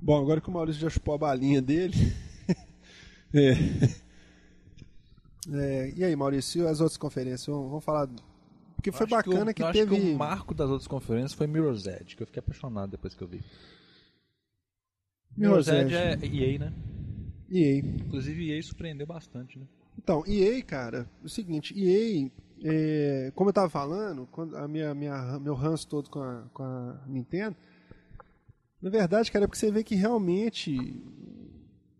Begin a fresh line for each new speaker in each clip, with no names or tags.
Bom, agora que o Maurício já chupou a balinha dele. é. É, e aí, Maurício, e as outras conferências? Vamos, vamos falar. do- Porque foi
Eu acho
bacana
eu-
que,
eu acho
teve.
o marco das outras conferências foi Mirror's Edge, que eu fiquei apaixonado depois que eu vi.
Mirror's Edge.
é EA, né?
EA.
Inclusive EA surpreendeu bastante, né?
Então, EA, cara, é o seguinte, EA, é, como eu tava falando, quando a minha, minha, meu ranço todo com a, com a Nintendo, na verdade, cara, é porque você vê que realmente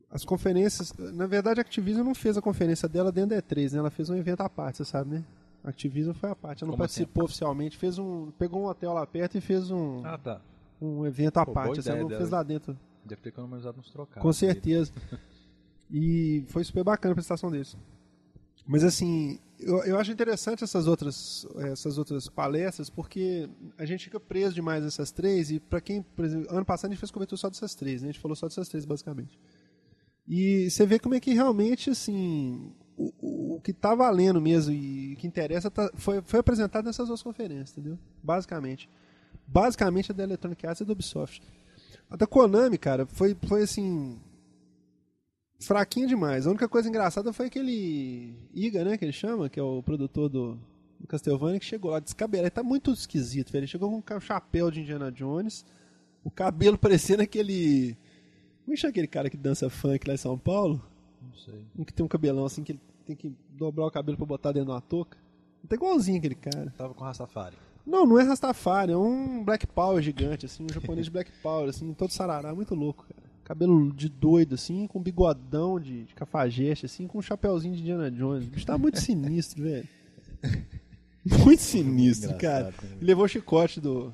as conferências. Na verdade, a Activision não fez a conferência dela dentro da E3, né? Ela fez um evento à parte, você sabe, né? A Activision foi à parte, ela não
Como assim?
participou oficialmente, fez um. Pegou um hotel lá perto e fez um,
Ah, tá.
um evento à
Pô, boa
parte. assim, Ela
ideia
não fez
dela.
lá dentro.
Deve ter economizado nos trocados.
Com certeza. E foi super bacana a apresentação deles. Mas assim, eu, eu acho interessante essas outras, eh, essas outras palestras, porque a gente fica preso demais nessas três, e para quem, por exemplo, ano passado a gente fez cobertura só dessas três, né? a gente falou só dessas três, basicamente. E você vê como é que realmente, assim, o- o, o que tá valendo mesmo e que interessa tá- foi, foi apresentado nessas duas conferências, entendeu? Basicamente. Basicamente a da Electronic Arts e da Ubisoft. A da Konami, cara, foi, foi assim. Fraquinha demais. A única coisa engraçada foi aquele Iga, né, que ele chama, que é o produtor do, do Castlevania, que chegou lá descabelado. Ele tá muito esquisito, velho. Ele chegou com um ca- chapéu de Indiana Jones, o cabelo parecendo aquele... Como é que chama aquele cara que dança funk lá em São Paulo?
Não sei.
Um que tem um cabelão assim, que ele tem que dobrar o cabelo pra botar dentro de uma touca. Ele Tá igualzinho aquele cara.
Tava com Rastafari.
Não, não é Rastafari, é um Black Power gigante, assim, um japonês de Black Power, assim, todo sarará, muito louco, cara. Cabelo de doido, assim, com bigodão de, de cafajeste, assim, com um chapéuzinho de Indiana Jones. O bicho tá muito sinistro, velho. Muito sinistro, cara.
Engraçado, né?
Ele levou o chicote do.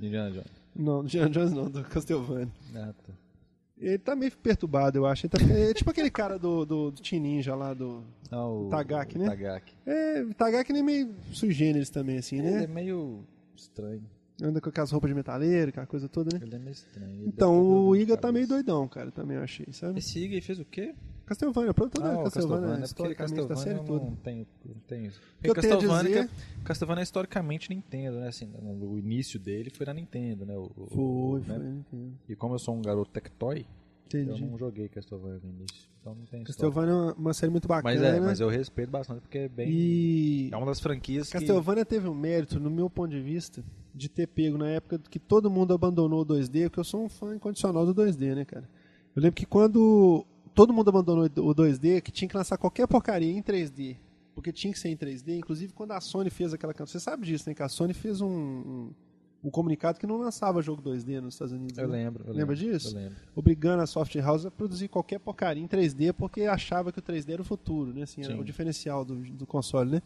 Indiana Jones.
Não, do Indiana Jones não, do Castlevania.
Ah, tá.
Ele tá meio perturbado, eu acho. Ele tá- é tipo aquele cara do, do, do Teen Ninja lá do.
Ah, o...
Tagaki,
o
né?
Tagaki.
É, Tagaki nem meio sui generis também, assim,
Ele é
né?
meio estranho.
Anda com aquelas roupas de metaleiro, aquela coisa toda, né?
Ele é meio estranho. Ele
Então,
deve ter dor
o
de
Iga tá
cabeça.
meio doidão, cara, também eu achei, sabe?
Esse Iga aí fez o quê?
Castlevania, o produtor
Ah,
dele,
o
Castlevania, né?
Castlevania. Porque
historicamente da série
Castlevania é
toda.
não tem, não tem isso.
eu tenho a
Porque Castlevania,
dizer-
Castlevania é historicamente Nintendo, né? Assim, no- o início dele foi na Nintendo, né? O- o-
Foi,
né?
foi, entendeu?
E como eu sou um garoto tectoy, eu
entendi.
não joguei Castlevania no início. Então não tem história.
Castlevania é uma, uma série muito bacana.
Mas é, mas eu respeito bastante porque é bem.
E
É uma das franquias que.
Castlevania teve um mérito, no meu ponto de vista, de ter pego na época que todo mundo abandonou o 2D, porque eu sou um fã incondicional do 2D, né, cara? Eu lembro que quando todo mundo abandonou o 2D, que tinha que lançar qualquer porcaria em 3D, porque tinha que ser em 3D, inclusive quando a Sony fez aquela campanha, você sabe disso, né, que a Sony fez um, um, um comunicado que não lançava jogo 2D nos Estados Unidos.
Eu
né?
lembro. eu
Lembra
lembro,
disso?
Eu lembro.
obrigando a soft house a produzir qualquer porcaria em 3D porque achava que o 3D era o futuro, né? Assim, era
Sim.
o diferencial do, do console, né?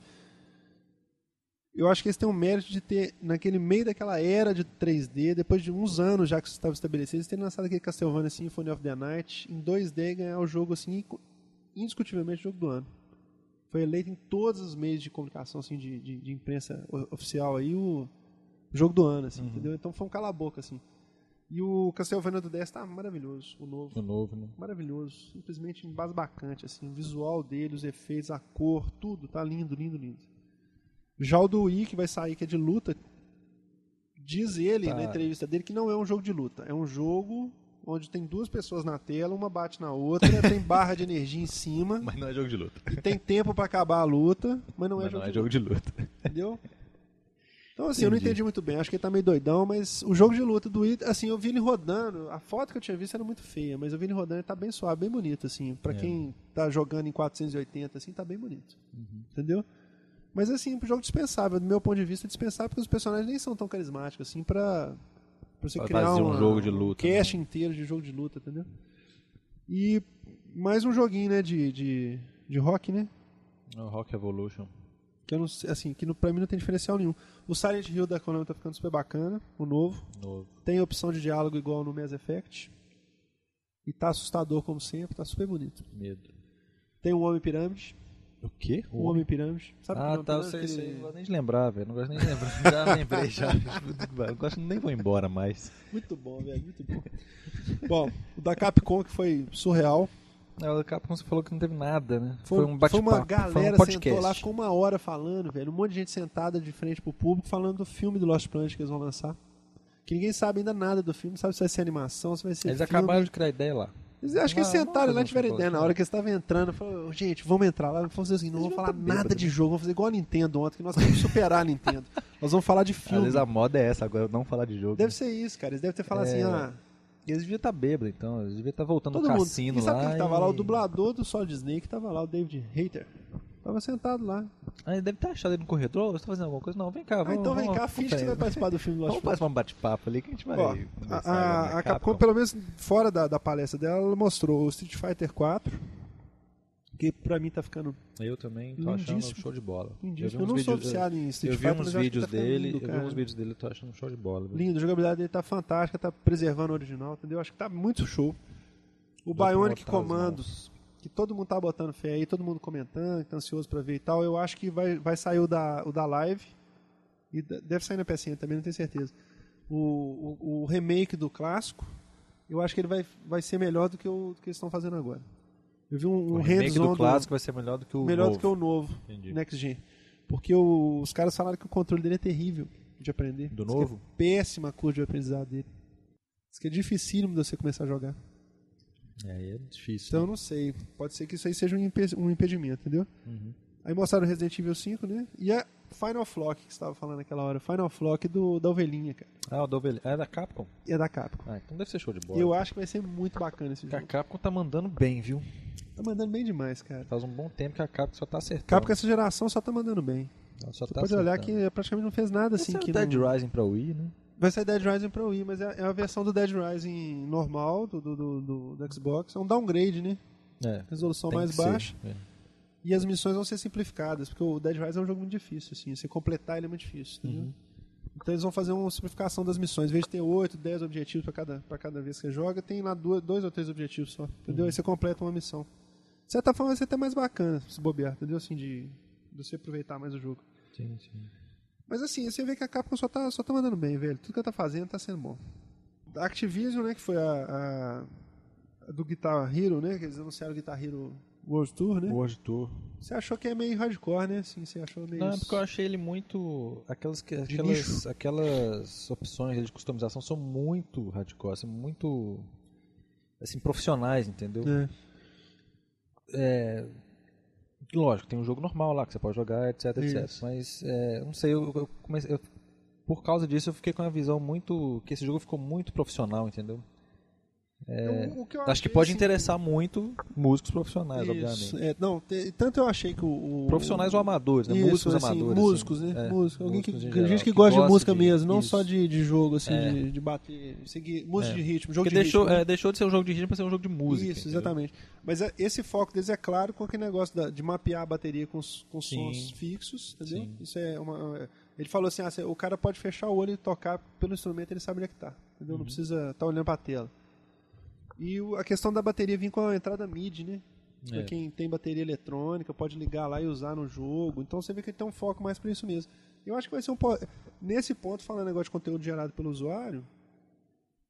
Eu acho que eles têm um mérito de ter, naquele meio daquela era de 3D, depois de uns anos já que isso estava estabelecido, eles terem lançado aquele Castlevania Symphony of the Night em 2D e ganhar o jogo, assim, inco- indiscutivelmente o jogo do ano. Foi eleito em todos os meios de comunicação, assim, de, de, de imprensa o- oficial aí, o jogo do ano, assim, entendeu? Então foi um cala-boca, assim. E o Castlevania do 10 tá maravilhoso, o novo.
O novo, né?
Maravilhoso, simplesmente embasbacante, assim, o visual dele, os efeitos, a cor, tudo, tá lindo, lindo, lindo. Já o do Wii, que vai sair, que é de luta, diz ele
Tá.
na entrevista dele que não é um jogo de luta, é um jogo onde tem duas pessoas na tela, uma bate na outra, tem barra de energia em cima,
Mas não é jogo de luta.
e tem tempo pra acabar a luta, mas não é
Mas
jogo
não
de
é jogo de luta.
Entendeu? Então, assim, eu não
Entendi.
entendi muito bem. Acho que ele tá meio doidão, mas o jogo de luta do Ita, assim, eu vi ele rodando. A foto que eu tinha visto era muito feia, mas eu vi ele rodando, ele tá bem suave, bem bonito, assim. Pra
É.
quem tá jogando em 480, assim, tá bem bonito.
Uhum.
Entendeu? Mas, assim, pro jogo dispensável, do meu ponto de vista, é dispensável porque os personagens nem são tão carismáticos, assim, pra, pra você
Pra
criar
fazer um
uma-
jogo de luta, né?
Um cast inteiro de jogo de luta, entendeu? E mais um joguinho, né, de, de, de rock, né?
É o Rock Evolution.
Que eu não sei, assim, que no, pra mim não tem diferencial nenhum. O Silent Hill da Konami tá ficando super bacana, o novo.
Novo.
Tem opção de diálogo igual no Mass Effect. E tá assustador como sempre, tá super bonito.
Medo.
Tem o Homem Pirâmide,
O quê?
o Homem Pirâmide. Sabe o
Ah,
Homem
tá, eu
Pirâmide?
sei, eu sei.
Aquele-
Não gosto nem de lembrar, velho. Não gosto nem de lembrar. Já lembrei, já. Eu gosto, nem vou embora mais.
Muito bom, velho, muito bom. bom, o da Capcom que foi surreal.
É, O Capcom você falou que não teve nada, né? Foi, um
foi
bate-papo.
uma galera
um podcast.
sentou lá, ficou uma hora falando, velho. Um monte de gente sentada de frente pro público falando do filme do Lost Planet que eles vão lançar. Que ninguém sabe ainda nada do filme, sabe se vai ser animação, se vai ser
Eles
filme.
acabaram de criar ideia lá.
Eles acho que eles
Ah, vamos fazer
sentaram lá e
um
tiveram
futebol
ideia.
aqui.
Na hora que eles estavam entrando, falou, gente, vamos entrar lá. Vamos fazer assim, não vamos
já
falar
tá
nada
bêbado,
de
né?
jogo, vamos fazer igual a Nintendo ontem, que nós queremos superar a Nintendo. Nós vamos falar de
Às
filme.
vezes a moda é essa, agora não falar de jogo.
Deve ser isso, cara. Eles devem ter falado assim,
É,
ah,
Eles deviam estar bêbados, então. Eles deviam estar voltando
todo
no
mundo.
cassino
e sabe
lá.
quem que tava lá?
e-
O dublador do Solid Snake tava lá, o David Hater. Tava sentado lá.
Ah, ele deve ter achado ele no corredor. "Ô, Você tá fazendo alguma coisa? Não, vem cá.
Ah,
Vamos,
então vem
vamos-
cá, finge que você vai
vamos-
participar do filme Lost
Vamos fazer um bate-papo ali que a gente vai.
Ó, a,
conversar lá né?
a,
na
a Capcom, pelo menos fora da, da palestra dela, ela mostrou o Street Fighter 4, que pra mim tá ficando
Eu também tô achando um
Lindíssimo.
show de bola.
lindíssimo.
vi
Eu,
uns
não sou
vídeos-
viciado em
Eu
Street
vi
Fighter,
uns
mas eu acho que
vídeos
tá ficando
dele,
lindo,
eu vi
cara.
uns vídeos dele, eu tô achando show de bola. viu?
Lindo, a jogabilidade dele tá fantástica, tá preservando o original, entendeu? Acho que tá muito show. O
Dá pra
Bionic
botar as
Commandos, que todo mundo tá botando fé aí, todo mundo comentando, que tá ansioso pra ver e tal. Eu acho que vai, vai sair o da, o da live. E da- deve sair na PSN também, não tenho certeza. O, o, o remake do clássico, eu acho que ele vai, vai ser melhor do que o do que eles estão fazendo agora. Eu vi um,
O
um
remake
hands-on
do
do-
clássico vai ser melhor do que o
melhor
novo.
do que o novo
Entendi.
Next Gen. Porque o- os caras falaram que o controle dele é terrível de aprender.
Do
Diz que
novo?
É péssima a curva de aprendizado dele. Diz que é dificílimo de você começar a jogar.
É, é difícil.
Então eu não sei. Pode ser que isso aí seja um, impe- um impedimento, entendeu?
Uhum.
Aí mostraram Resident Evil 5, né? E a Final Flock que você estava falando naquela hora. Final Flock do, da ovelhinha, cara.
Ah, o da ovelha. É da Capcom?
E é da Capcom.
Ah, então deve ser show de bola.
E eu acho que vai ser muito bacana esse
Porque a
jogo.
Capcom tá mandando bem, viu?
Tá mandando bem demais, cara.
Faz um bom tempo que a Capcom só tá acertando.
Capcom essa geração só tá mandando bem.
Ela só
Você
tá
pode olhar
acertando.
que praticamente não fez nada assim.
Esse é
que
o Dead
não...
Rising pra Wii, né?
Vai sair Dead Rising pra Wii, mas é é a versão do Dead Rising normal, do, do, do- do- do Xbox. É um downgrade, né?
É.
Resolução
tem
mais
que ser.
baixa.
É.
E as missões vão ser simplificadas, porque o Dead Rising é um jogo muito difícil, assim. Você completar ele é muito difícil, entendeu?
Uhum.
Então eles vão fazer uma simplificação das missões. Em vez de ter 8, 10 objetivos pra cada, pra cada vez que você joga, tem lá duas, dois ou três objetivos só,
Uhum.
entendeu? Aí você completa uma missão. De certa forma vai ser até mais bacana se bobear, entendeu? Assim, de, de você aproveitar mais o jogo.
Sim, sim.
Mas assim, você vê que a Capcom só tá, só tá mandando bem, velho. Tudo que ela tá fazendo tá sendo bom. A Activision, né, que foi a, a- a do Guitar Hero, né, que eles anunciaram o Guitar Hero World Tour, né?
World Tour.
Você achou que é meio hardcore, né? Assim, você achou meio...
Não, é porque eu achei ele muito. Aquelas, que-
De
aquelas,
nicho.
aquelas opções de customização são muito hardcore, são muito. Assim, profissionais, entendeu?
É.
Lógico, tem um jogo normal lá que você pode jogar, etc, etc.
Isso.
Mas, é, não sei, eu, eu comecei. eu- por causa disso, eu fiquei com uma visão muito. que esse jogo ficou muito profissional, entendeu?
Eu- o que eu
É, Acho que
achei,
pode
assim,
interessar muito músicos profissionais,
Isso,
obviamente.
é, não, te- tanto eu achei que o... o-
Profissionais ou amadores, né?
Isso,
músicos
assim,
amadores.
Músicos,
assim.
né?
É,
Músico. Alguém que,
músicos em
gente
geral,
que, gosta de música mesmo, não
isso.
só de, de jogo, assim,
É.
de, de bater, seguir, música de ritmo, jogo
Porque
de
deixou,
ritmo. né?
é, deixou de ser um jogo de ritmo pra ser um jogo de música.
Isso,
entendeu?
exatamente. Mas é, esse foco deles é claro com aquele negócio da- de mapear a bateria com, os- com
Sim.
sons fixos, entendeu?
Sim.
Isso é uma. é- Ele falou assim: ah, cê- o cara pode fechar o olho e tocar pelo instrumento, ele sabe onde é que tá. Entendeu?
Uhum.
Não precisa estar olhando pra tela. E o- a questão da bateria vir com a entrada MIDI, né? Pra
É.
quem tem bateria eletrônica, pode ligar lá e usar no jogo. Então você vê que ele tem um foco mais pra isso mesmo. Eu acho que vai ser um. po- Nesse ponto, falando negócio de conteúdo gerado pelo usuário,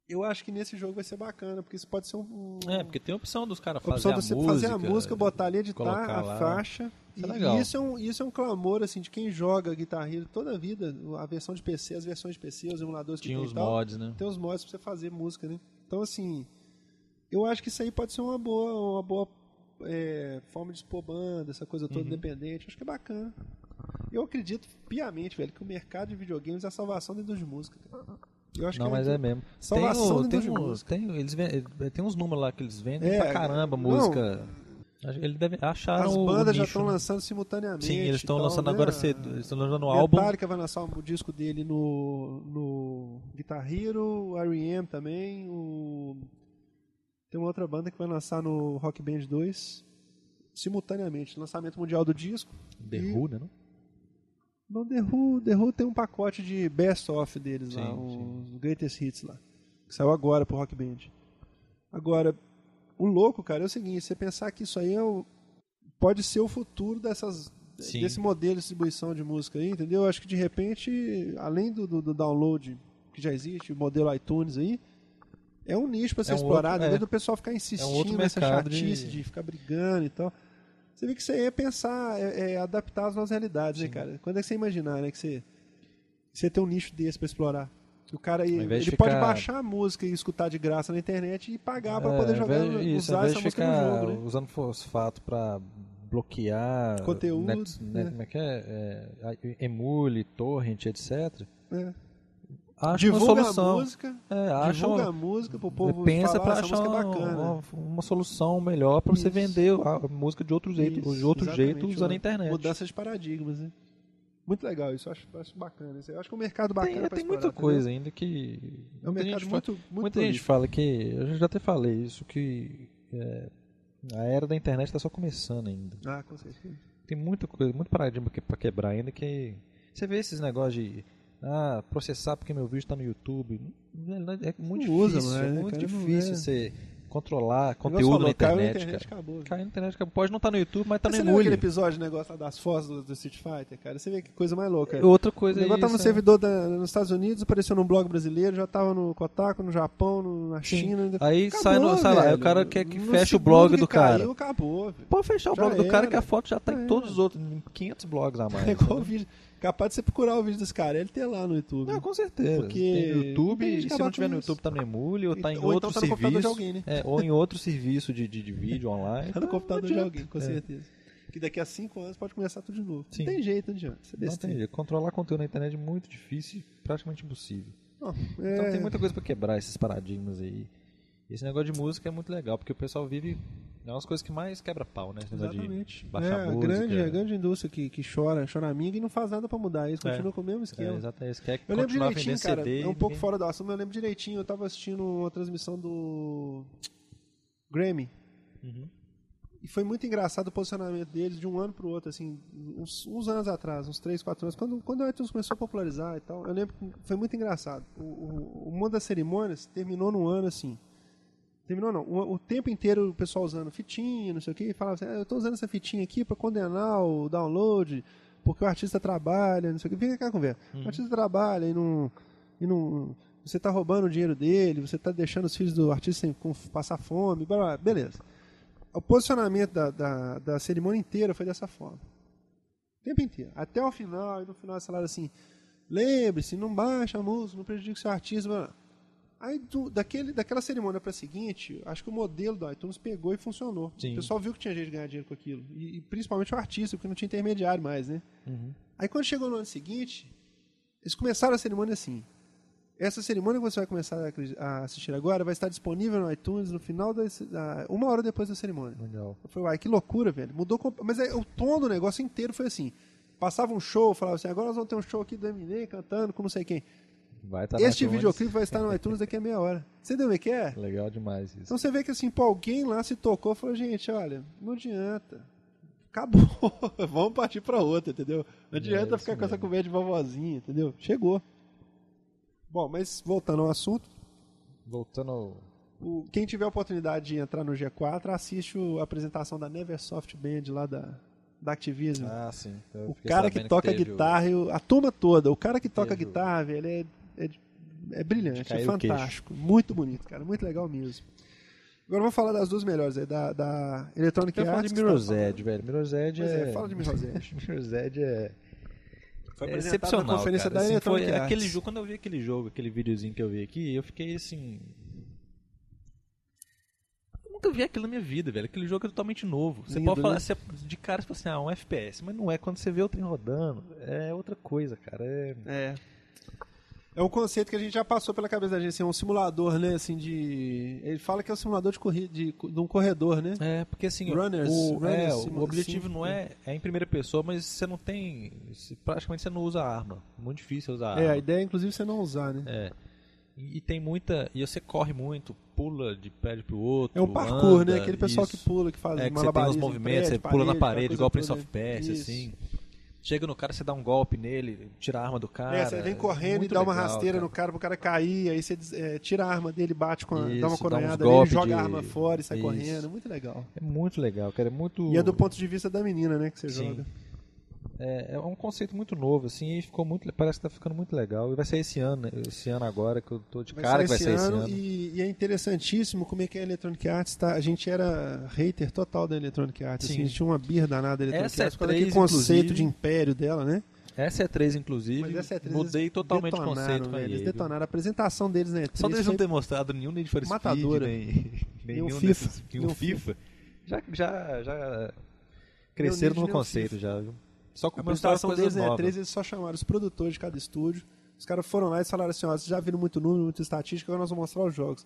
eu acho que nesse jogo vai ser bacana, porque isso pode ser um. um-
É, porque tem a opção dos
a
caras
opção
fazerem
de você
a música.
fazer a música, botar ali, editar
colocar
a
lá.
faixa.
Isso é
E
legal.
isso é um, isso é um clamor assim de quem joga Guitar Hero toda a vida, a versão de PC, as versões de PC, os emuladores que
Tinha
tem
os
e tal.
mods, né?
Tem os mods pra você fazer música, né? Então assim, eu acho que isso aí pode ser uma boa, uma boa é, forma de expor banda, essa coisa
Uhum.
toda independente. Acho que é bacana. Eu acredito piamente, velho, que o mercado de videogames é a salvação dentro de música. cara. Eu acho
Não,
que
mas é mesmo.
Salvação
tem, o-
dentro
tem,
de
um-
música.
tem- eles ven- eh, tem uns números lá que eles vendem
É,
pra caramba
não.
música. Acho que Eles devem, acharam
As
o
bandas já
nicho,
estão
né?
lançando simultaneamente.
Sim, eles estão
e tal,
lançando
né?
agora cedo. Eles estão lançando o álbum.
Metallica vai lançar o disco dele no, no Guitar Hero, o R.E.M. também, o... tem uma outra banda que vai lançar no Rock Band 2, simultaneamente, lançamento mundial do disco.
The
e-
Who, né? não?
No The Who, The Who tem um pacote de best of deles lá,
Sim,
os greatest hits lá, que saiu agora pro Rock Band. Agora, o louco, cara, é o seguinte, você pensar que isso aí é o- pode ser o futuro dessas
Sim.
desse modelo de distribuição de música aí, entendeu? Eu Acho que de repente, além do, do- do download que já existe, o modelo iTunes aí, é um nicho para ser
É um outro-
explorado,
é.
em vez do pessoal ficar insistindo
outro
nessa
mercado de-
chatice de ficar brigando e tal. Você vê que isso aí é pensar, é, é adaptar às nossas realidades, né, cara? Quando é que você imaginar, né, que você, você tem um nicho desse pra explorar? O cara ele,
Ao invés de
ele pode
ficar-
baixar a música e escutar de graça na internet e pagar pra
É,
poder
ao
jogar,
invés de- isso,
usar
ao invés
essa
de
música
ficar
no jogo, né?
usando fosfato pra bloquear
Conteúdo,
net- net-
né?
como é que é? É, a- emule, torrent, etc.
É.
Acha
Divulga
uma
a
solução.
música,
É, acha
divulga
uma,
a música pro povo
pensa
falar,
pra
essa
achar um
música é
uma,
bacana.
uma, uma solução melhor pra você
Isso.
vender a música de outro um jeito,
Isso,
de outro
exatamente,
jeito usando a
uma
internet.
Mudança de paradigmas, né? Muito legal isso, eu acho, eu acho bacana. isso. Eu acho que é um mercado bacana
tem
pra
tem
explorar,
muita
entendeu?
coisa ainda que
É um
muita
mercado
gente fa-
muito, muito
Muita gente
prolixo.
fala que. Eu já até falei isso, que é, a era da internet está só começando ainda.
Ah, com certeza.
Tem muita coisa, muito paradigma que, pra quebrar ainda que. Você vê esses negócios de. Ah, processar porque meu vídeo está no YouTube. Não- não- É muito
Não usa
difícil, é
mais, né,
muito
cara? Não
difícil
é.
você controlar
Igual
conteúdo
você falou,
na
caiu
internet, cara. tá
acabou. né?
Caiu Tá na internet, cara. Pode não estar no YouTube, mas está no
Você lembra aquele
emule.
episódio, negócio lá das fotos do, do Street Fighter, cara? Você vê que coisa mais louca.
Outra
O
coisa é
negócio tava no
isso, né?
servidor da- nos Estados Unidos, apareceu num blog brasileiro, já tava no Kotaku, no Japão, no- na
Sim.
China. ainda-
Aí
Acabou,
sai, no, sai lá, aí o
velho.
cara quer que
No
feche o
segundo
blog
que
do cara.
Caiu, acabou, velho.
Pode fechar o
Já
blog do cara
era.
que a foto já tá
Já
em todos os outros, em 500 blogs a mais.
É igual o
né?
vídeo. Capaz de você procurar o vídeo desse cara, ele tem lá no YouTube.
Não, com certeza.
Porque
tem no YouTube,
tem gente
e se
acabar
não tiver
com
no
isso.
YouTube tá no Emule, ou tá em
Ou então
outro
tá no
serviço.
computador de alguém, né?
é, ou em outro serviço de, de, de vídeo online.
Tá
Não
no computador de
adianta.
alguém, com
É.
certeza. Que daqui a cinco anos pode começar tudo de novo.
Sim.
Não tem jeito, não adianta. Isso é
Não tem
besteira.
jeito. Controlar conteúdo na internet é muito difícil, e praticamente impossível.
Não, é-
Então tem muita coisa pra quebrar esses paradigmas aí. Esse negócio de música é muito legal, porque o pessoal vive. É uma das coisas que mais quebra pau, né? Esse negócio
Exatamente.
de baixar
é, a
música. né?
grande, a grande indústria que, que chora, chora amiga e não faz nada pra mudar isso.
É.
Continua com o mesmo
É,
esquema.
exatamente. Quer
eu lembro
continuar
direitinho,
vendendo
cara.
CD.
é um pouco
ninguém-
fora do assunto, mas eu lembro direitinho. Eu tava assistindo uma transmissão do Grammy.
Uhum.
E foi muito engraçado o posicionamento deles de um ano pro outro, assim, uns, uns anos atrás, uns 3, 4 anos, quando, quando o iTunes começou a popularizar e tal, eu lembro que foi muito engraçado. O, o, o mundo das cerimônias terminou num ano assim. Terminou não. O, o tempo inteiro o pessoal usando fitinha, não sei o quê, e falava assim, "Ah, eu tô usando essa fitinha aqui para condenar o download, porque o artista trabalha, não sei o quê. Fica aquela conversa. O artista trabalha e não. E não você está roubando o dinheiro dele, você está deixando os filhos do artista sem- com- passar fome, blá, blá, blá. beleza o posicionamento da, da, da cerimônia inteira foi dessa forma. O tempo inteiro. Até o final, e no final eles falaram assim: lembre-se, não baixa a música, não prejudica o seu artista. blá, blá. Aí do- daquele, daquela cerimônia para seguinte, acho que o modelo do iTunes pegou e funcionou.
Sim.
O pessoal viu que tinha jeito de ganhar dinheiro com aquilo. E, e principalmente o artista, porque não tinha intermediário mais, né? Aí quando chegou no ano seguinte, eles começaram a cerimônia assim. Essa cerimônia que você vai começar a acredi- a assistir agora vai estar disponível no iTunes no final da, da- uma hora depois da cerimônia.
Legal.
Eu falei, uai, que loucura, velho. Mudou. com- Mas é, o tom do negócio inteiro foi assim. Passava um show, falava assim, agora nós vamos ter um show aqui do Eminem cantando com não sei quem.
Vai tá
este
na iTunes.
videoclipe vai estar no iTunes daqui a meia hora. Você entendeu o que é?
Legal demais isso.
Então você vê que assim, pô, alguém lá se tocou e falou, gente, olha, não adianta. Acabou. Vamos partir pra outra, entendeu? Não adianta
É, isso
ficar com essa
mesmo.
conversa de vovozinha, entendeu? Chegou. Bom, mas voltando ao assunto,
Voltando ao.
o- quem tiver a oportunidade de entrar no G4, assiste o- a apresentação da Neversoft Band lá da, da Activision.
Ah, sim. Eu
o
fiquei
cara que
sabendo
toca
teve o-
guitarra, e o- a turma toda, o cara que toca
teve o-
guitarra, velho, é, é, é brilhante, é
Caiu o queixo.
fantástico. Muito bonito, cara, muito legal mesmo. Agora vamos falar das duas melhores aí, da, da Electronic
Eu ia falar
Arts.
de
que
Mirror's
tá-
Edge, velho. Mirror's Edge
Pois
é...
é, fala de Mirror's Edge.
Mirror's Edge é...
Foi
é
apresentado
excepcional,
na conferência
cara.
da
Assim, foi
Electronic Arts.
aquele jogo, quando eu vi aquele jogo, aquele videozinho que eu vi aqui, eu fiquei assim... Eu nunca vi aquilo na minha vida, velho. Aquele jogo é totalmente novo. Você
Lindo,
pode falar
né?
você- de cara, você fala assim, ah, um FPS. Mas não é. Quando você vê o trem rodando, é outra coisa, cara. É...
É. É um conceito que a gente já passou pela cabeça da gente, assim, é um simulador, né, assim, de... Ele fala que é um simulador de, corri... de... de um corredor, né?
É, porque assim,
Runners,
o,
runners,
é,
sim,
o objetivo
sim.
não é, é em primeira pessoa, mas você não tem. você- praticamente você não usa arma. Muito difícil usar
É, a
arma.
ideia é, inclusive, você não usar, né?
Ah. É. E, e tem muita. E você corre muito, pula de prédio pro outro.
É um parkour, né?
anda,
Aquele pessoal que
isso.
pula, que faz
É, que você tem os
malabarismo em
movimentos,
prédio,
você pula na
aquela
parede,
coisa
igual Prince
toda. né?
of Persia,
Isso.
assim. Chega no cara, você dá um golpe nele, tira a arma do cara.
é, você vem correndo e
muito
dá uma
legal,
rasteira
cara.
no cara pro cara cair, aí você des- é, tira a arma dele, bate com a,
Isso,
dá
dá
uma
uns
coronhada nele,
golpes
joga
de-
a arma fora e sai
Isso.
correndo. é Muito legal.
É muito legal, cara. É muito.
E é do ponto de vista da menina, né, que você
Sim.
joga.
É, é um conceito muito novo, assim, e ficou muito, parece que tá ficando muito legal. E vai ser esse ano, né? esse ano agora, que eu tô de cara que vai ser esse ano.
E, e é interessantíssimo como é que a Electronic Arts tá. A gente era hater total da Electronic Arts.
Sim.
Assim, a gente tinha uma birra danada da Electronic
Essa
Arts. por causa
E3,
daquele conceito
inclusive-
de império dela, né?
Essa E3, inclusive,
Mas essa E3 eles
mudei totalmente o
detonaram,
conceito com a
velho, Eles
EA, viu?
detonaram a apresentação deles na E3.
Só deles não
foi-
ter mostrado nenhum Need for Speed,
Matadora.
nem, nem
Nem o
nenhum
FIFA.
desses- nenhum
Nem o
FIFA, já, já, já cresceram
Need,
no
nem o
conceito já, viu? Só
A
com é
apresentação deles
coisas
na E3,
novas.
eles só chamaram os produtores de cada estúdio. Os caras foram lá e falaram assim, ó, vocês já viram muito número, muita estatística, agora nós vamos mostrar os jogos.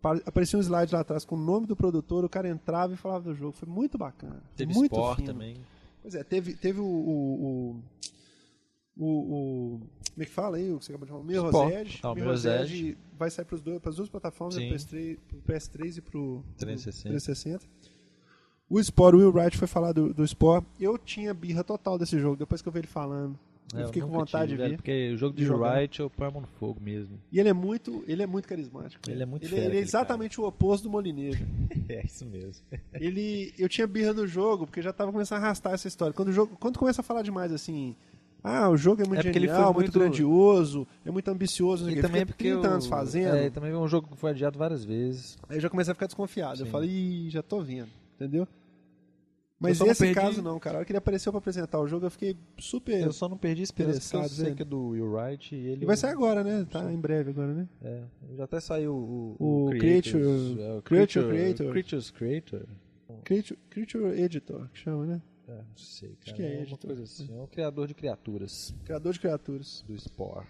Pa- Aparecia um slide lá atrás com o nome do produtor, o cara entrava e falava do jogo. Foi muito bacana.
Teve
muito
Sport
fino.
também.
Pois é, teve, teve o, o, o, o- o- Como é que fala aí? O que você acabou de falar? O Mirror's
Sport.
Edge.
Ah, o
Mirror's
Mirror's
Edge vai sair para as duas plataformas,
Sim.
né, pro PS3, pro PS3 e pro
360.
360. O Sport, o Will Wright foi falar do, do Sport. Eu tinha birra total desse jogo, depois que eu vi ele falando.
É,
eu fiquei com
nunca
vontade
tive,
de
velho,
ver.
Porque o jogo de
Jogar.
Wright eu pôr a mão no fogo mesmo.
E ele é muito, ele é muito carismático.
Ele é muito
Ele,
fera,
ele é
aquele cara.
exatamente o oposto do Molinejo.
É isso mesmo.
ele eu tinha birra do jogo porque já tava começando a arrastar essa história quando o jogo quando começa a falar demais assim ah o jogo é muito
É porque ele
genial
foi
muito...
muito-
grandioso é muito ambicioso não sei o quê. Fiquei 30 anos fazendo
É, e também é um jogo que foi adiado várias vezes.
aí eu já comecei a ficar desconfiado eu
Sim.
falei Ih, já tô vendo entendeu mas
só não
esse
perdi-
caso não cara a hora que ele apareceu pra apresentar o jogo eu fiquei super
Eu só não perdi a esperança porque eu
Interessado,
sei
velho.
que é do Will Wright e ele...
e vai sair agora né tá em breve agora né
É, já até saiu o...
O Creature-
é,
Creature
o Creature-
Creator.
Creatures Creator.
creature, creature editor que chama né
É, não sei, cara.
que é
alguma
editor.
coisa assim. É o criador de criaturas
criador de criaturas
do Spore.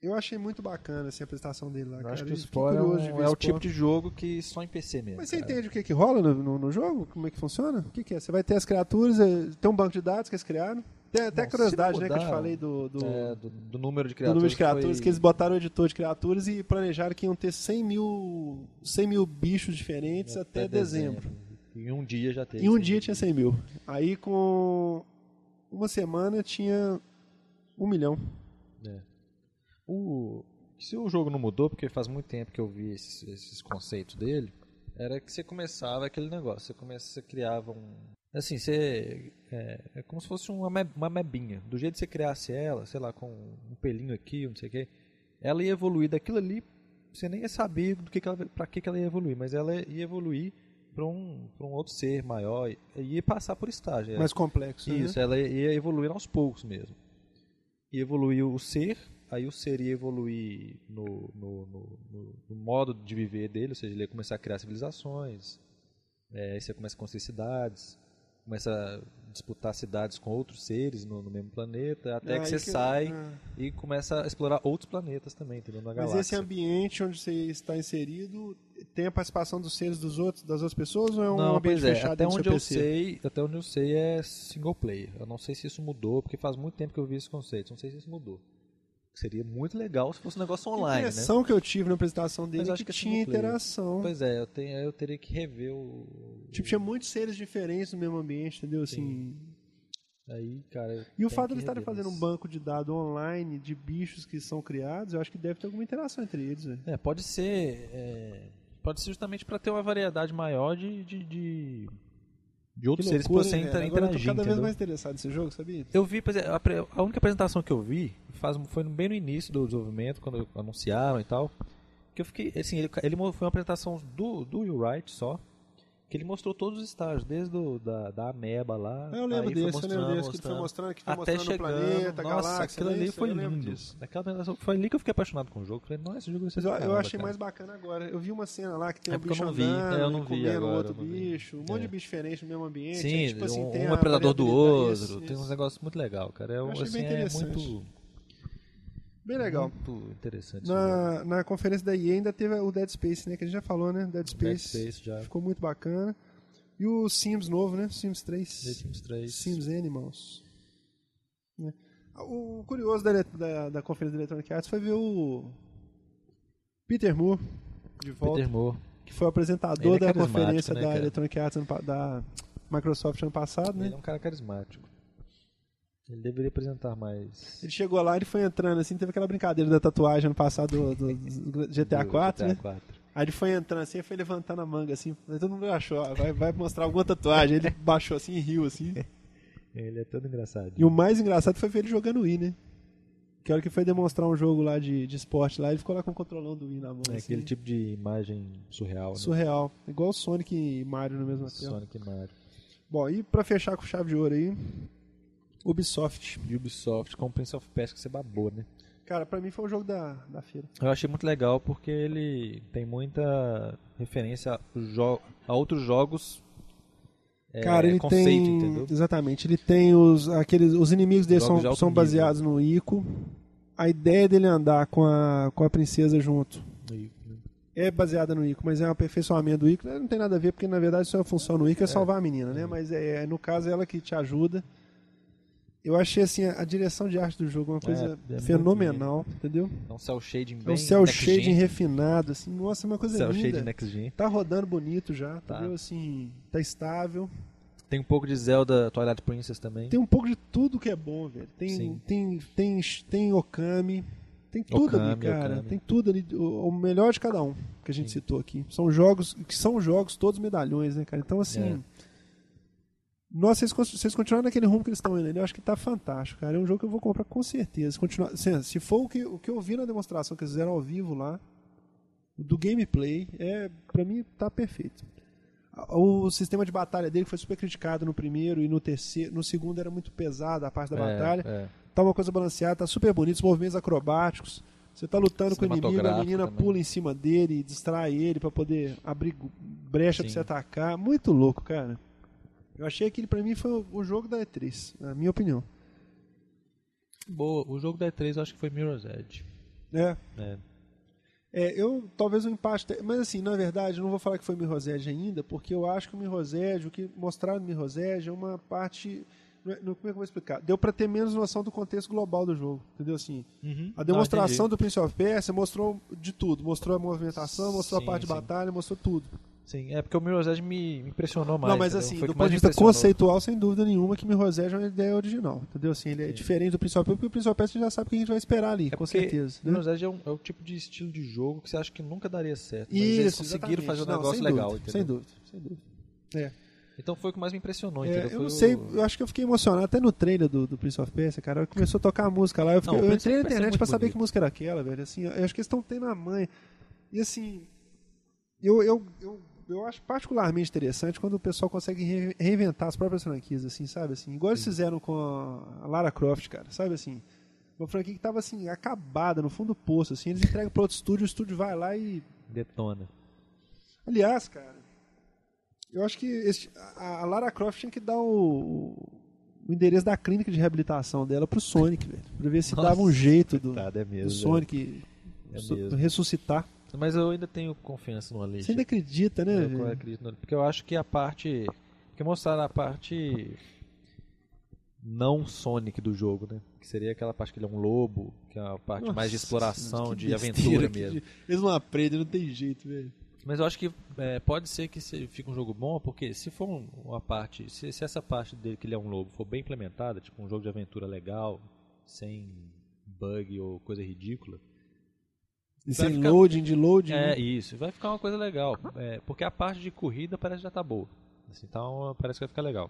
eu achei muito bacana assim, a apresentação dele lá
Eu
cara.
acho que
Eu
o
fiquei
Spore é,
curioso
um-
de ver
é o
Spore.
tipo de jogo que só em PC mesmo.
Mas você
cara.
entende o que, que rola no, no, no jogo? Como é que funciona? O que, que é? Você vai ter as criaturas, eh, tem um banco de dados que eles criaram. Tem até
Bom,
a curiosidade,
se
né, que eu te
mudar,
falei do, do,
É, do, do número de
do
criaturas.
número de criaturas,
foi-
que eles botaram o editor de criaturas e planejaram que iam ter 100 mil, 100 mil bichos
É,
diferentes é até, dezembro.
Em um dia já teve.
Em um dia tinha 100 mil. Aí com uma semana tinha um milhão.
O... Se o jogo não mudou, porque faz muito tempo que eu vi esses, esses conceitos dele, era que você começava aquele negócio. Você, começa, você criava um. Assim, você. É, é como se fosse uma, me- uma mebinha. Do jeito que você criasse ela, sei lá, com um pelinho aqui, não sei o quê, ela ia evoluir daquilo ali. Você nem ia saber do que que ela, pra que, que ela ia evoluir, mas ela ia evoluir para um, pra um outro ser maior e e ia passar por estágio.
Mais complexo. né?
É. Isso, ela ia evoluir aos poucos mesmo. E evoluiu o ser, aí o ser ia evoluir no, no, no- no- no modo de viver dele, ou seja, ele ia começar a criar civilizações, é, aí você começa a construir cidades, começa a disputar cidades com outros seres no, no mesmo planeta, até
Ah,
que
aí
você sai
ah.
e começa a explorar outros planetas também, entendeu? Na
Mas
galáxia.
esse ambiente onde você está inserido tem a participação dos seres dos outros, das outras pessoas ou é um
Não,
ambiente
pois é,
fechado
até
dentro do
onde
seu
eu
PC?
sei, até onde eu sei é single player. Eu não sei se isso mudou, porque faz muito tempo que eu vi esse conceito, não sei se isso mudou. Seria muito legal se fosse um negócio
a
online, né?
impressão que eu tive na apresentação dele
Mas
é
acho
que,
que é
tinha
single player.
interação.
Pois é, eu, tenho, eu teria que rever o.
Tipo, tinha muitos seres diferentes no mesmo ambiente, entendeu? Assim.
Aí, cara. eu
E o
tenho
fato de
que
eles estarem
rever
fazendo um
isso.
banco de dados online de bichos que são criados, eu acho que deve ter alguma interação entre eles, velho.
É, pode ser. é, pode ser justamente para ter uma variedade maior de. de, de, de outros
Que
seres pra
loucura,
você
hein,
inter-
velho? Agora eu tô
interagir.
cada vez
entendeu?
mais interessado nesse jogo, sabia?
Eu vi, pois é, a, pre- a única apresentação que eu vi faz, foi bem no início do desenvolvimento, quando anunciaram e tal. Que eu fiquei, assim, ele, ele mo- foi uma apresentação do, do Will Wright só. Que ele mostrou todos os estágios, desde o, da, da Ameba lá.
Ah, eu lembro
aí foi
desse, eu lembro desse, que ele foi
mostrando,
mostrando, que foi
Até
mostrando o
chegando,
planeta, a
nossa,
galáxia.
aquilo
né?
ali
Isso,
foi
eu lembro
lindo.
disso.
Aquela apresentação, foi ali que eu fiquei apaixonado com o jogo. Falei, nossa, esse jogo vai ser
Mas eu,
do
eu
caramba,
achei
cara.
mais bacana agora. Eu vi uma cena lá que tem
É
um
porque eu
bicho
não vi,
andando,
é, eu não vi
comendo
agora,
outro
eu não vi.
bicho, um monte
É.
de bicho diferente no mesmo ambiente.
Sim,
aí, tipo assim,
um,
tem
um é
a
predador do
variabilidade-
outro.
isso,
Tem uns
isso.
negócios muito legal, cara. É, um-
achei
assim,
bem
é
interessante.
muito,
Bem legal.
muito interessante. esse jogo.
Na, na conferência da EA ainda teve o Dead Space, né? Que a gente já falou, né? Dead Space.
Dead Space é. já.
Ficou muito bacana. E o Sims novo, né? Sims 3.
The Sims 3.
Sims Animals. Né. O curioso da, ele- da, da conferência da Electronic Arts foi ver o Peter Moore de volta,
Peter Moore.
que foi o
Ele
apresentador
é
da
carismático,
conferência
né,
da
cara?
Electronic Arts, ano pa- da Microsoft ano passado, né?
Ele é um cara carismático. Ele deveria apresentar mais.
Ele chegou lá, ele foi entrando assim, teve aquela brincadeira da tatuagem ano passado do, do- do GTA
do
4, né?
GTA 4.
Aí ele foi entrando assim, foi levantando a manga assim, mas todo mundo achou, ah, vai, vai mostrar alguma tatuagem. Ele baixou assim e riu assim.
Ele é todo engraçado.
E o mais engraçado foi ver ele jogando Wii, né? Que a hora que foi demonstrar um jogo lá de, de esporte lá, ele ficou lá com o controlão do Wii na mão.
É
assim,
aquele tipo de imagem surreal, assim, né?
surreal. Igual Sonic e Mario na mesma tela.
Sonic e Mario.
Bom, e pra fechar com chave de ouro aí, Ubisoft.
Ubisoft com Prince of Persia que você babou, né?
Cara, pra mim foi o jogo da, da feira.
Eu achei muito legal porque ele tem muita referência a, jo- a outros jogos. é,
Cara, ele
conceito,
tem.
entendeu?
Exatamente. Ele tem os. Aqueles, os inimigos dele
Jogos
são,
de alto
são
nível.
baseados no Ico. A ideia dele é andar com a, com a princesa junto é baseada no Ico, mas é um aperfeiçoamento do Ico. Não tem nada a ver, porque na verdade sua função no Ico é, salvar a menina,
Uhum.
né? Mas é, no caso ela que te ajuda. Eu achei assim, a a direção de arte do jogo uma coisa
é muito
fenomenal, entendeu?
É um cel shading
É
bem
um cel
next gen.
shading refinado, assim, nossa, uma coisa
Cel shading
linda.
next gen.
Tá rodando bonito já,
Tá.
entendeu? Assim, tá estável.
Tem um pouco de Zelda Twilight Princess também.
Tem um pouco de tudo que é bom, velho. Tem,
Sim.
tem, tem, tem Okami. Tem tudo ali,
Okami,
cara.
Okami.
Tem tudo ali. O, o melhor de cada um que a gente citou aqui. São jogos, que são jogos todos medalhões, né, cara? Então, assim.
É.
Nossa, vocês, cons- vocês continuaram naquele rumo que eles estão indo ali, eu acho que tá fantástico, cara. É um jogo que eu vou comprar com certeza. Continuar, se, se for o que, o que eu vi na demonstração que eles fizeram ao vivo lá, do gameplay, é, pra mim tá perfeito. O sistema de batalha dele foi super criticado no primeiro e no terceiro. No segundo era muito pesado a parte da
É,
batalha.
é.
Tá uma coisa balanceada, tá super bonito, os movimentos acrobáticos. Você tá lutando com o inimigo, a
Cinematográfico
menina
também.
pula em cima dele, e distrai ele pra poder abrir gu- brecha pra
Sim.
você atacar. Muito louco, cara. Eu achei que ele pra mim foi o- o jogo da E3, na minha opinião.
Boa, o jogo da E3 eu acho que foi Mirror's Edge.
É,
É.
É, eu talvez um empate. te- Mas assim, na verdade, eu não vou falar que foi Mirror's Edge ainda, porque eu acho que o Mirror's Edge, o que mostraram no Mirror's Edge é uma parte. não é- não- Como é que eu vou explicar? Deu pra ter menos noção do contexto global do jogo, entendeu? Assim,
Uhum.
a demonstração
Ah,
do Prince of Persia mostrou de tudo. Mostrou a movimentação, mostrou a
Sim,
parte de
sim.
batalha, mostrou tudo.
entendi. Sim, é porque o Mirror's Edge me me impressionou mais.
não, mas
entendeu?
assim,
Foi o
do
que
ponto
mais
de
me
vista
impressionou.
conceitual, sem dúvida nenhuma, que Mirror's Edge é uma ideia original, entendeu? Assim, ele é diferente do Prince of Persia, porque o Prince of Persia já sabe o que a gente vai esperar ali,
É
com
porque
certeza. né?
Mirror's Edge é, um- é o tipo de estilo de jogo que você acha que nunca daria certo. Mas eles conseguiram
exatamente.
fazer um
Não,
negócio
sem
legal,
dúvida, Sem
entendeu?
dúvida, sem dúvida. É.
Então foi o que mais me impressionou,
É,
entendeu?
eu
Foi
não
o-
sei, eu acho que eu fiquei emocionado até no trailer do, do Prince of Persia, cara. Começou a tocar a música lá. Eu, fiquei-
Não, o
eu
Prince
entrei na
of Persia é
internet
muito
pra saber
bonito.
que música era aquela, velho. Assim, eu acho que eles estão tendo a mãe. E assim, eu, eu, eu, eu acho particularmente interessante quando o pessoal consegue re- reinventar as próprias franquias, assim, sabe? Assim, igual eles fizeram com a Lara Croft, cara, sabe assim? Uma franquia que tava assim, acabada, no fundo do poço, assim, eles entregam pra outro estúdio, o estúdio vai lá e
Detona.
Aliás, cara, eu acho que esse- a, a Lara Croft tinha que dar o, o endereço da clínica de reabilitação dela pro Sonic, velho. Pra ver se
Nossa,
dava um jeito do,
Coitado, é mesmo.
do Sonic
É
su-
mesmo.
ressuscitar.
velho. Mas eu ainda tenho confiança no Alicia.
Você ainda acredita, né,
Eu
velho?
acredito no- Porque eu acho que a parte. Porque mostraram a parte. Não Sonic do jogo, né? Que seria aquela parte que ele é um lobo, que é a parte mais de
Nossa
exploração,
senhora, que
de
besteira
aventura
que-
mesmo.
Eles não aprendem, não tem jeito, velho.
Mas eu acho que é, pode ser que se fique um jogo bom, porque se for um- uma parte, se, se essa parte dele que ele é um lobo for bem implementada, tipo um jogo de aventura legal, sem bug ou coisa ridícula,
E
Vai
sem
ficar-
loading, de loading.
é
né?
isso, vai ficar uma coisa legal, é, porque a parte de corrida parece que já tá boa, assim, então parece que vai ficar legal.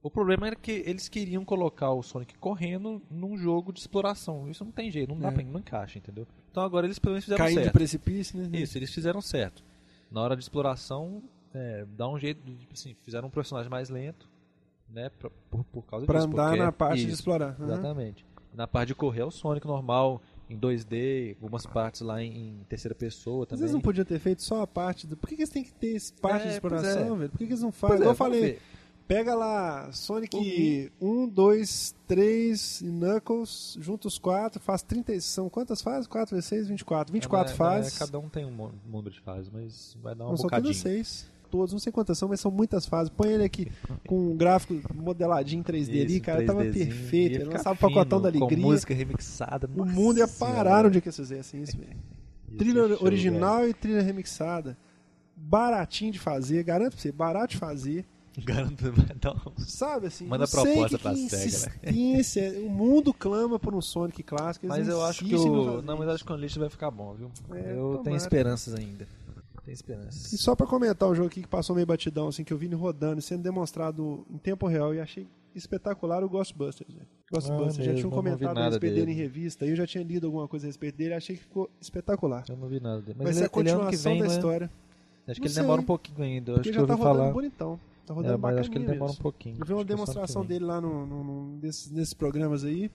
O problema era que eles queriam colocar o Sonic correndo num jogo de exploração, isso não tem jeito, não
É.
dá pra não encaixa, entendeu? Então agora eles pelo menos fizeram
Caindo de
certo.
precipício, né?
Isso, eles fizeram certo. Na hora de exploração, é, dá um jeito, de, tipo assim, fizeram um personagem mais lento, né, pra- por, por causa
Pra
disso.
andar
porque-
na parte de
Isso,
explorar. Aham.
Exatamente. Na parte de correr é o Sonic normal, em 2D, algumas partes lá em, em terceira pessoa
Às
também.
vezes um não podiam ter feito só a parte do. Por que, que eles têm que ter esse parte de
É, pois
exploração,
é.
velho? Por que, que eles não
Pois
fazem?
é,
Igual eu
vamos
falei,
ver.
Pega lá Sonic
Uhum.
1, 2, 3 e Knuckles, junta os 4, faz 30. São quantas fases? 4 vezes 6, 24. 24
É, é,
fases.
cada um tem um mon- número de fases, mas vai dar um
não, são
bocadinho.
todas 6. Todos, não sei quantas são, mas são muitas fases. Põe ele aqui com um gráfico modeladinho em 3D ali,
Isso,
cara. Tava
3Dzinho,
perfeito.
ia
Ele
ficar
lançava o pacotão da
fino,
alegria.
Com música remixada.
O mundo ia
nossa senhora.
parar no dia que eles fizessem isso, velho.
Ia
Trilha
ser show,
original e trilha remixada. Baratinho de fazer, garanto pra você, barato de fazer.
velho. Garanto, vai dar um
Sabe assim,
Manda
não sei
proposta
que,
pra
que
SEGA,
insistência, O mundo clama por um Sonic clássico. eles
Mas eu acho que
insistem em
o.
fazer
Não, mas
isso.
eu acho que o Unleashed vai ficar bom, viu?
É,
eu
tomara.
tenho esperanças ainda.
E
Tenho esperanças.
só pra comentar o jogo aqui que passou meio batidão, assim, que eu vi ele rodando e sendo demonstrado em tempo real e achei espetacular o Ghostbusters. Né? Ghostbusters,
Ah,
já tinha
mesmo,
um
eu não vi
comentado a
nada
respeito dele
dele.
em revista e eu já tinha lido alguma coisa a respeito dele achei que ficou espetacular.
Eu não vi nada dele.
Vai
Mas
ser
ele,
a
ele é ano que
continuação
vem,
da
né?
história,
Acho
Não
que ele demora
sei.
um pouquinho ainda. Eu Acho
porque
que
já
eu
tá
ouvi
rodando
falar.
bonitão. Tá
É,
rodando
mas acho que ele
bacaninha
demora
mesmo.
um pouquinho.
Eu vi uma
Acho que é só ano que
demonstração
vem.
dele lá no, no- no- nesses, nesses programas aí.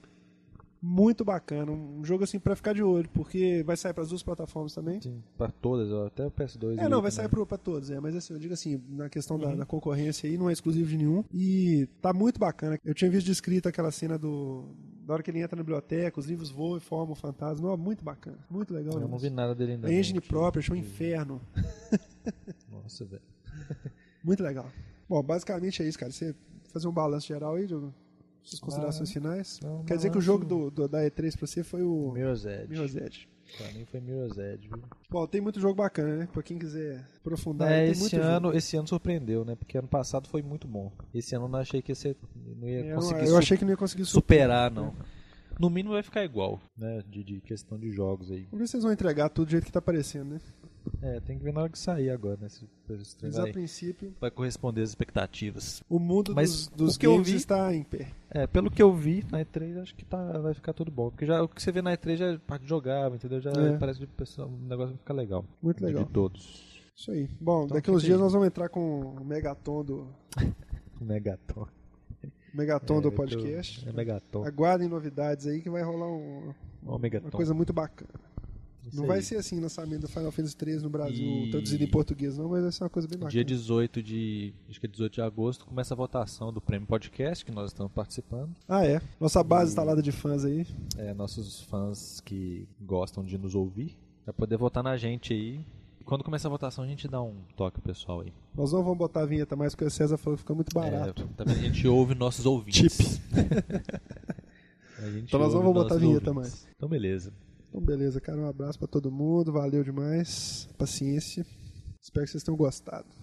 Muito bacana. Um jogo assim pra ficar de olho, porque vai sair pras duas plataformas também.
Sim, né? pra todas, ó, até o PS2.
É,
ali
não, vai
também.
sair pro, pra todos, é. Mas assim, eu digo assim, na questão
Uhum.
da, da concorrência aí, não é exclusivo de nenhum. E tá muito bacana. Eu tinha visto descrita aquela cena do. Da hora que ele entra na biblioteca, os livros voam e formam o fantasma. Ó, muito bacana, muito legal.
Eu não
mesmo.
vi nada Uhum. dele ainda.
A
não,
engine
que-
própria, chama
que-
inferno.
Nossa, velho.
Muito legal. Bom, basicamente é isso, cara. Você fazer um balanço geral aí, Diogo? Suas considerações finais?
não,
Quer dizer que o jogo
balanço-
do, do- da E3 pra você foi o
Mirror's Edge.
Mirror's Edge.
é Pra mim foi Mirror's Edge, viu?
Bom, tem muito jogo bacana, né? Pra quem quiser aprofundar,
É,
aí, tem
esse
muito jogo.
ano, esse ano surpreendeu, né? Porque ano passado foi muito bom. Esse ano eu não achei que ia ser, não ia
Eu,
conseguir
É, eu
su-
achei que não ia conseguir su-
superar, não. No mínimo vai ficar igual, né? De, de questão de jogos aí.
Vamos ver se eles vão entregar tudo do jeito que tá aparecendo, né?
É, tem que ver na hora que sair agora, né? Se, se
Mas
vai,
a princípio,
vai corresponder às expectativas.
o mundo
Mas
dos, dos
o que eu
games
vi-
está em pé.
É, pelo que eu vi na E3, acho que tá, vai ficar tudo bom. Porque já, o que você vê na E3 já é parte jogável, entendeu? Já
É.
parece que o pessoal- o negócio vai ficar legal.
Muito legal.
De todos.
Isso aí. Bom,
Então,
daqui uns
fica
dias
aí.
nós vamos entrar com o Megaton do,
Megaton.
Megaton Então, do
vai ter o-
podcast.
É Megaton.
Aguardem novidades aí que vai rolar um-
Ó, o
uma
Megaton.
coisa muito bacana.
Isso
Não
aí.
vai ser assim o lançamento do Final Fantasy 3 no Brasil,
E-
traduzido em português, não, mas vai ser uma coisa bem bacana.
Dia 18 de. Acho que é 18 de agosto, começa a votação do Prêmio Podcast, que nós estamos participando.
Ah, é.
Hum.
Nossa base instalada de fãs aí.
É, nossos fãs que gostam de nos ouvir. Vai poder votar na gente aí. E quando começar a votação, a gente dá um toque pro pessoal aí.
Nós não vamos botar a vinheta mais, porque o César falou que fica muito barato.
É, também a gente ouve nossos ouvintes. A gente
Então nós não
ouve
vamos botar
nossos
vinheta
ouvintes. Então beleza.
Então, beleza, cara. Um abraço pra todo mundo. Valeu demais. Paciência. Espero que vocês tenham gostado.